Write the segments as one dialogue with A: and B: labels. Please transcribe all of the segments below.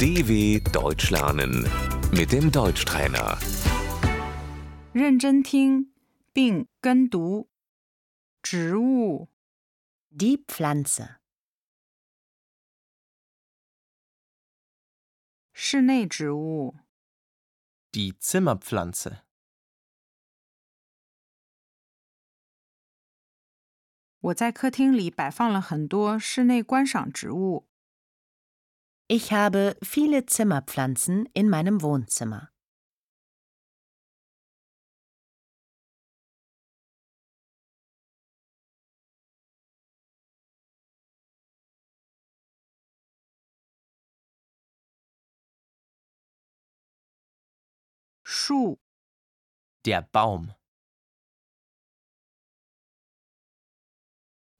A: DW Deutsch lernen mit dem Deutschtrainer.
B: 认真听并跟读。植物、
C: Die Pflanze.
B: 室内植物、
D: Die Zimmerpflanze.
B: 我在客厅里摆放了很多室内观赏植物。
C: Ich habe viele Zimmerpflanzen in meinem Wohnzimmer.
B: 树、
D: Der Baum.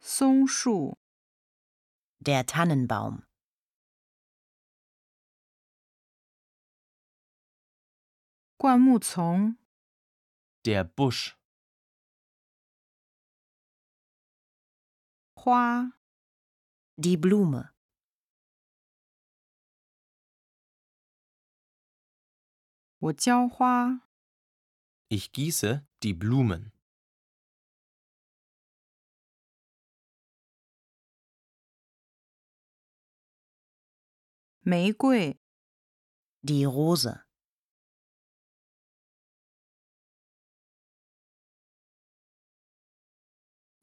B: 松树、
C: Der Tannenbaum.
B: 灌木丛、
D: Der Busch.
B: 花、
C: Die Blume.
B: 我浇花、
D: Ich gieße die Blumen.
B: 玫瑰、
C: Die Rose.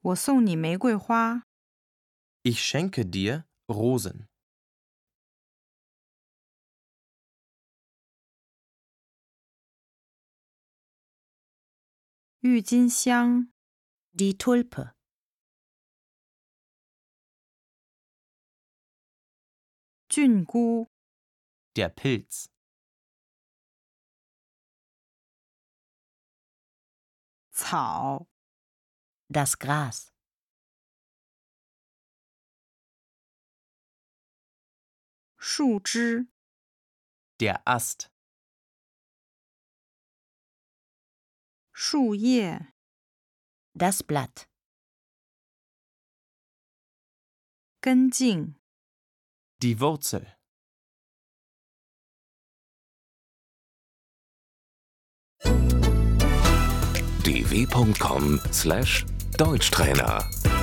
B: 我送你玫瑰花、
D: Ich schenke dir Rosen.
B: 郁金香、
C: Die Tulpe.
B: 菌菇、
D: Der Pilz.
B: 草、
C: Das Gras.
B: 树枝、
D: Der Ast.
B: 树叶、
C: Das Blatt.
B: 根茎、
D: Die Wurzel.
A: dw.com/deutschtrainer